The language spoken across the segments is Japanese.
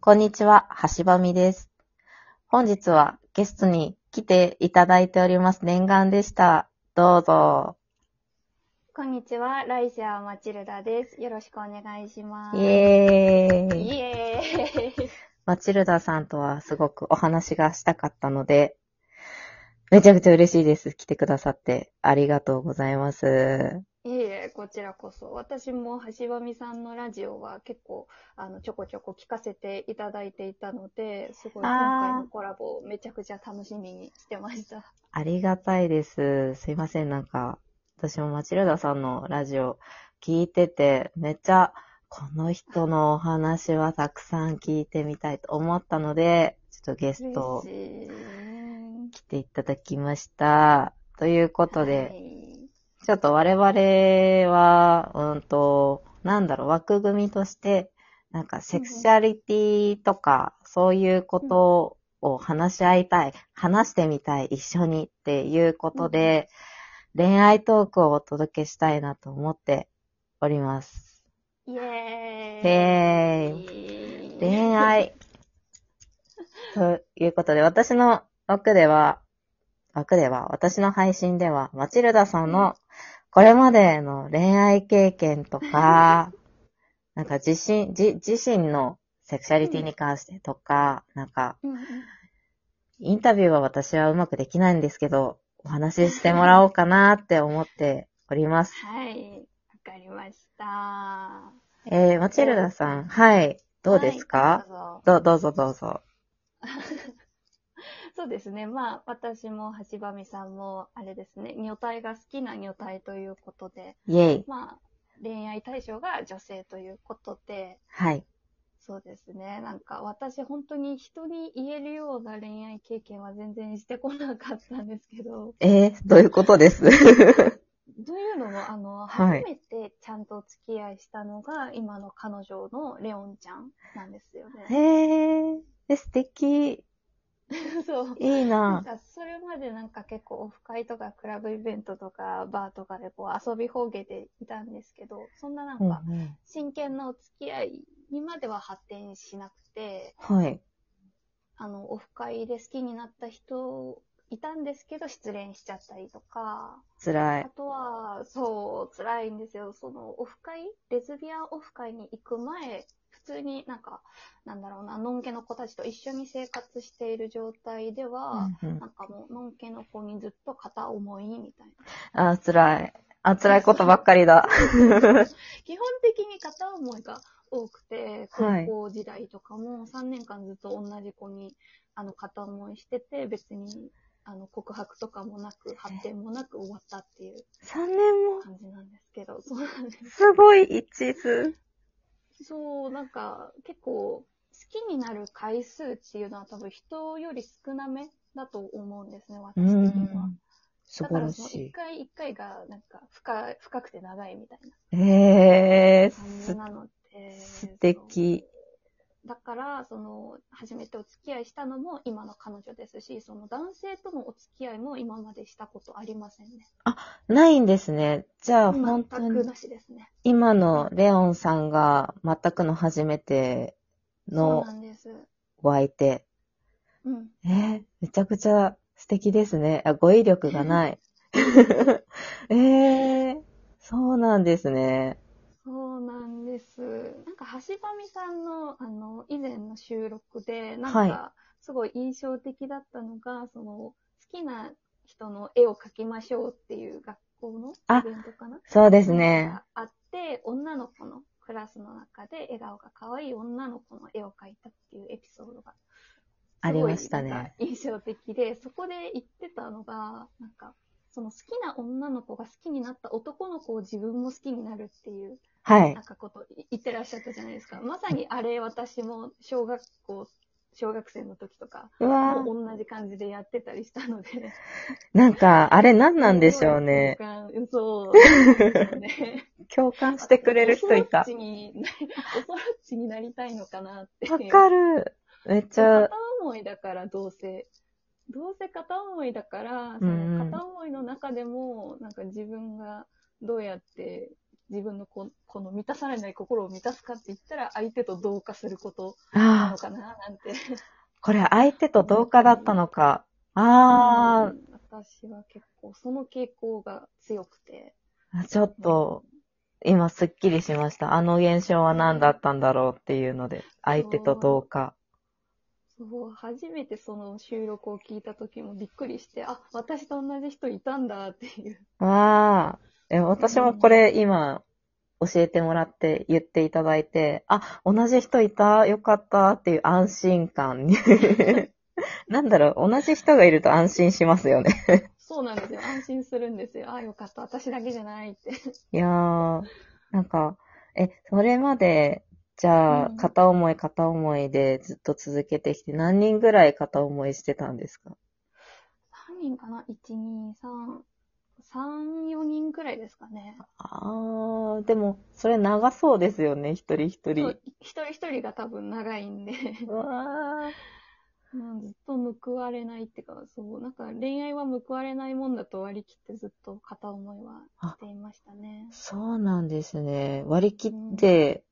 こんにちは、はしばみです。本日はゲストに来ていただいております念願でした。どうぞ。こんにちは、ライシャーマチルダです。よろしくお願いします。イエーイイ。エーイマチルダさんとはすごくお話がしたかったので、めちゃくちゃ嬉しいです。来てくださってありがとうございます。 いえいえ、こちらこそ。私も、橋場美さんのラジオは結構、あの、ちょこちょこ聞かせていただいていたので、すごいあー今回のコラボをめちゃくちゃ楽しみにしてました。ありがたいです。すいません、なんか、私もマチルダさんのラジオ聞いてて、めっちゃ、この人のお話はたくさん聞いてみたいと思ったので、ちょっとゲスト嬉しいね。来ていただきました。ということで、はいちょっと我々は、うんと、なんだろう、枠組みとして、なんかセクシャリティとか、そういうことを話し合いたい、話してみたい、一緒にっていうことで、恋愛トークをお届けしたいなと思っております。イエイーイェーイイエーイ恋愛。ということで、私の枠では、枠では、私の配信では、マチルダさんのこれまでの恋愛経験とか、 なんか自身、自、自身のセクシャリティに関してとか、なんか、うんうんインタビューは私はうまくできないんですけど、お話ししてもらおうかなって思っております。 はい、わかりました。えー、マチルダさん、はい、どうですか、はいどどうぞうどうぞどうぞ。そうですね。まあ、私も、橋場美さんも、あれですね、女体が好きな女体ということで、イェイ。まあ、恋愛対象が女性ということで、はい。そうですね。なんか、私、本当に人に言えるような恋愛経験は全然してこなかったんですけど、えー、どういうことです というのも、あの、初はいめてちゃんとお付き合いしたのが、今の彼女のレオンちゃんなんですよへね。え、え素敵。 そう。いいなんな。かそれまでなんか結構オフ会とかクラブイベントとかバーとかでこう遊びほうげていたんですけど、そんななんうんうかん真剣なお付き合いにまでは発展しなくて、はい。あの、オフ会で好きになった人いたんですけど失恋しちゃったりとか、辛あい。とは、そう、辛いんですよ。その、オフ会レズビアンオフ会に行く前、普通になんか、なんだろうな、ノンケの子たちと一緒に生活している状態では、うんうんなんかもう、のんけの子にずっと片思いみたいな。あ、辛い。あ、辛いことばっかりだ。基本的に片思いが多くて、はい高校時代とかも3年間ずっと同じ子にあの片思いしてて、別にあの告白とかもなく、発展もなく終わったっていう3年も。感じなんですけど、そうなんですごい一途。す。そう、なんか結構好きになる回数っていうのは多分人より少なめだと思うんですね、私う的には。ん。素だか晴ららその一し回一回がなんか深深くて長いみたいな。い。えー、感すじなので。素敵。そう。だから、その、初めてお付き合いしたのも今の彼女ですし、その男性とのお付き合いも今までしたことありませんね。ないんですね。じゃあ、全本当くに、なしですね。今のレオンさんが全くの初めてそうのなんです。お相手。うん。えー、めちゃくちゃ素敵ですね。あ、語彙力がない。 えー、そうなんですね。そうなんです。なんか、橋場美さんの、あの、以前の収録で、なんはか、すごい印象的だったのが、その、好きな人の絵を描きましょうっていう学校のあイベントかなそうですね。。あって、女の子のクラスの中で笑顔が可愛い女の子の絵を描いたっていうエピソードが。ありましたねすごいなんか印象的で、そこで言ってたのが、なんか、その好きな女の子が好きになった男の子を自分も好きになるっていう、はいなん。かこと言ってらっしゃったじゃないですか。まさにあれ私も小学校、小学生の時とか、うわもーう同じ感じでやってたりしたので。なんか、あれ何なんでしょうね。 すごい共感。そう。なんでし ょうね共感してくれる人いおたそ。ろっちに、おそろっちになりたいのかなっていう。わかる。めっちゃ片、思いだから、どうせ。どうせ片思いだから、うんうんその片思いの中でも、なんか自分がどうやって自分のここの満たされない心を満たすかって言ったら、相手と同化することなあのあ、かな、なんて。これ相手と同化だったのか。あうん私は結構、その傾向が強くて。あ、ちょっと、今すっきりしました。あの現象は何だったんだろうっていうので、相手と同化。そう、初めてその収録を聞いた時もびっくりして、あ、私と同じ人いたんだっていう。わあ、え、私もこれ今、教えてもらって、言っていただいて、あ、同じ人いた、よかったっていう安心感 に。なんだろう、同じ人がいると安心しますよね。そうなんですよ。安心するんですよ。あ、よかった。私だけじゃないって。いやー、なんか、え、それまで、じゃあ、うん片思い片思いでずっと続けてきて、何人ぐらい片思いしてたんですか何人かな ?1、2、3、3、4人くらいですかね。あー、でも、それ長そうですよね、一人一そう人。一人一人が多分長い んで、うわー。うんずっと報われないっていうか、そう、なんか恋愛は報われないもんだと割り切ってずっと片思いはしていましたね。そうなんですね。割り切って、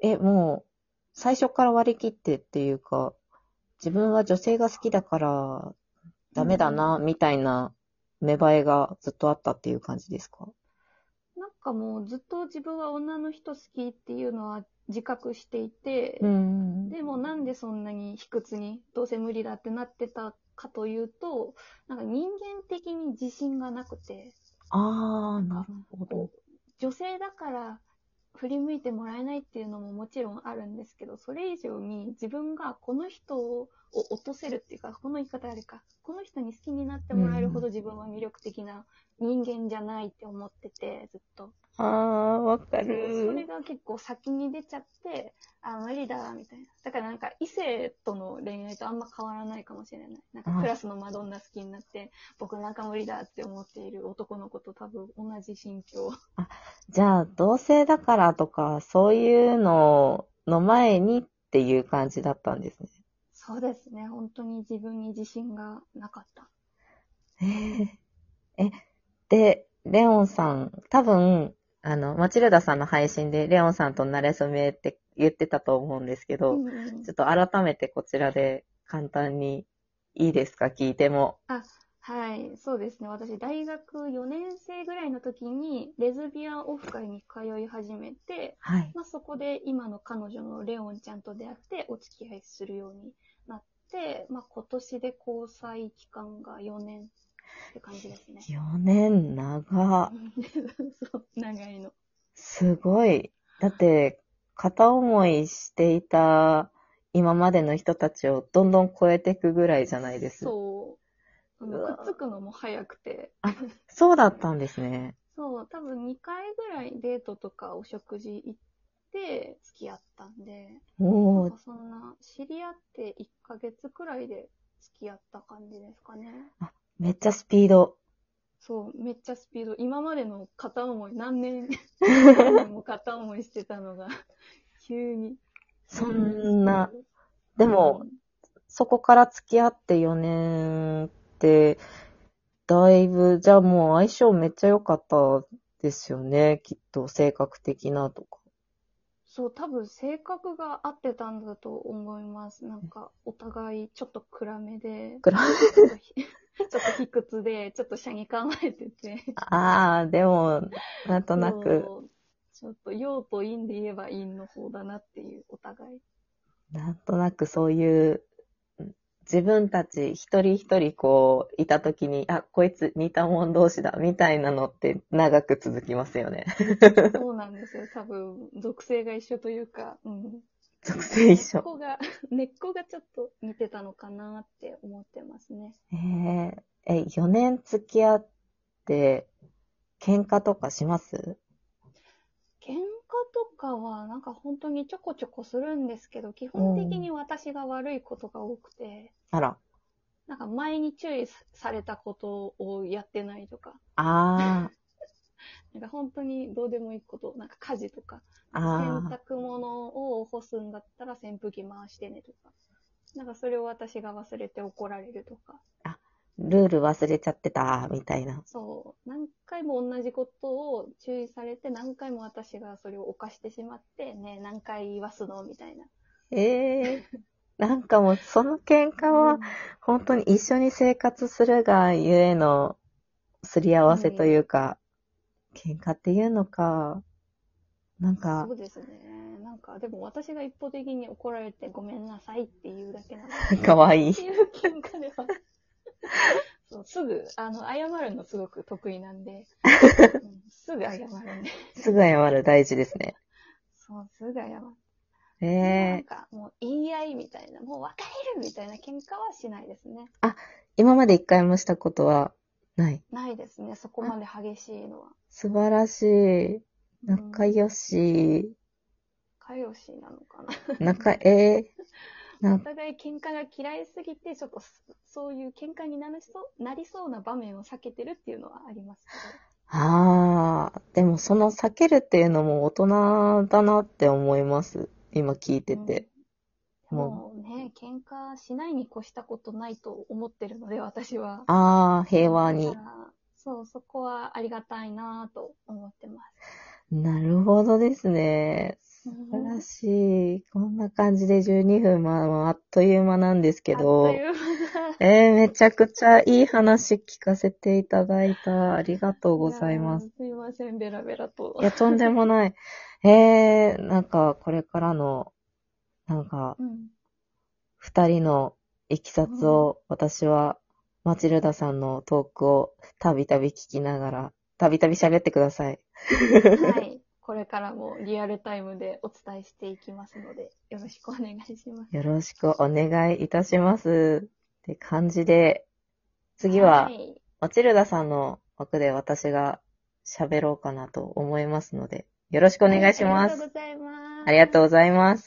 え、もう、最初から割り切ってっていうか、自分は女性が好きだから、ダメだな、みたいな芽生えがずっとあったっていう感じですかなんかもうずっと自分は女の人好きっていうのは自覚していて、んでもなんでそんなに卑屈にどうせ無理だってなってたかというとなんか人間的に自信がなくてああ、なるほどこ。う女性だから振り向いてもらえないっていうのももちろんあるんですけどそれ以上に自分がこの人を落とせるっていうかこの言い方あれかこの人に好きになってもらえるほど自分は魅力的な人間じゃないって思っててずっと。ああ、わかそうそれる。が結構先に出ちゃって、あ、無理だ、みたいな。だからなんか異性との恋愛とあんま変わらないかもしれない。なんかはいクラスのマドンナ好きになって、僕なんか無理だって思っている男の子と多分同じ心境。じゃあ、同性だからとか、そういうのの前にっていう感じだったんですね。そうですね。本当に自分に自信がなかった。え、で、レオンさん、多分、あの、マチルダさんの配信で、レオンさんと慣れ初めって言ってたと思うんですけど、うんうんちょっと改めてこちらで簡単にいいですか、聞いても。はい、そうですね。私、大学4年生ぐらいの時に、レズビアンオフ会に通い始めて、はい。。まあ、そこで今の彼女のレオンちゃんと出会ってお付き合いするようになって、まあ、今年で交際期間が4年って感じですね4年長。 そう、長いの。すごい。だって、片思いしていた今までの人たちをどんどん超えていくぐらいじゃないです。そう。あのうわくっつくのも早くて。そうだったんですね。そう、多分2回ぐらいデートとかお食事行って付き合ったんで、なおんーかそんな知り合って1ヶ月くらいで付き合った感じですかね。めっちゃスピード。そう、めっちゃスピード。今までの片思い、何年何年も片思いしてたのが、急に。そんな、でも、そこから付き合って4年って、だいぶ、じゃあもう相性めっちゃ良かったですよね。きっと、性格的なとか。そう、多分性格が合ってたんだと思います。なんか、お互いちょっと暗 めで、暗ちょっとひちょっと卑屈で、ちょっと車に構えてて。ああ、でも、なんとなく。そうちょっと、陽と陰で言えば陰の方だなっていう、お互い。なんとなくそういう、うん自分たち一人一人こう、いたときに、あ、こいつ似た者同士だ、みたいなのって長く続きますよね。 そうなんですよ。多分、属性が一緒というか、うん。属性一根緒。っこが、 根っこがちょっと似てたのかなって思ってますね。えー、え、4年付き合って、喧嘩とかします喧嘩とかは、なんか本当にちょこちょこするんですけど、基本的に私が悪いことが多くて、あら。なんか前に注意さされたことをやってないとか、あなんか本当にどうでもいいこと、なんか家事とか、あ、洗 ああ、濯物を干すんだったら扇風機回してねとか、なんかそれを私が忘れて怒られるとか、ルール忘れちゃってた、みたいな。そう、何回も同じことを注意されて、何回も私がそれを犯してしまって、ねえ、何回言わすのみたいな。え えなんかもう、その喧嘩は、本当に一緒に生活するがゆえの、すり合わせというか、喧嘩っていうのか、なんか。そ、うですね。なんか、でも私が一方的に怒られて、ごめんなさいって言うだけなのでかわいい っ。ていう喧嘩では。そうすぐ、あの、謝るのすごく得意なんで、うんすぐ謝るんで。すぐ謝る大事ですね。そう、すぐ謝る。えなんえか、もう言い合いみたいな、もう別れるみたいな喧嘩はしないですね。今まで一回もしたことはない。ないですね、そこまで激しいのは。素晴らしい。仲うん良し。仲良しなのか な。仲、ええなおん互い喧嘩が嫌いすぎて、ちょっとそそういう喧嘩になるそうなりそうな場面を避けてるっていうのはありますけああ、でもその避けるっていうのも大人だなって思います。今聞いてど。て。うんももうね、喧嘩しないに越したことないと思ってるので、私は。ああ、平和にだか。らそう、そこはありがたいなぁと思ってまなるほどですね。す。素晴らしい。こんな感じで12分、まあまあ、あっという間なんですけあどっと。いう間だええめちゃくちゃいい話聞かせていただいた。ありがとうございます。やーすいません、ベラベラとい。や、とんでもない。えー、なんか、これからの、なんか、 うん。二人のいきさつを、私は、マチルダさんのトークを、たびたび聞きながら、たびたび喋ってください。はい。これからもリアルタイムでお伝えしていきますので、よろしくお願いします。よろしくお願いいたします。って感じで、次は、いマチルダさんの枠で私が喋ろうかなと思いますので、よろしくお願いしまありがとうす。ございます。ありがとうございます。